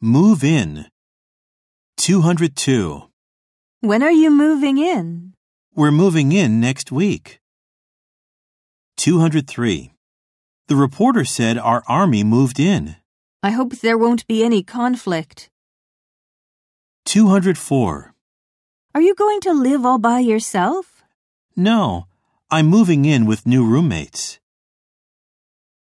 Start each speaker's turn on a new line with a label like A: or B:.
A: Move in. 202.
B: When are you moving in?
A: We're moving in next week. 203. The reporter said our army moved in.
B: I hope there won't be any conflict.
A: 204.
B: Are you going to live all by yourself?
A: No, I'm moving in with new roommates.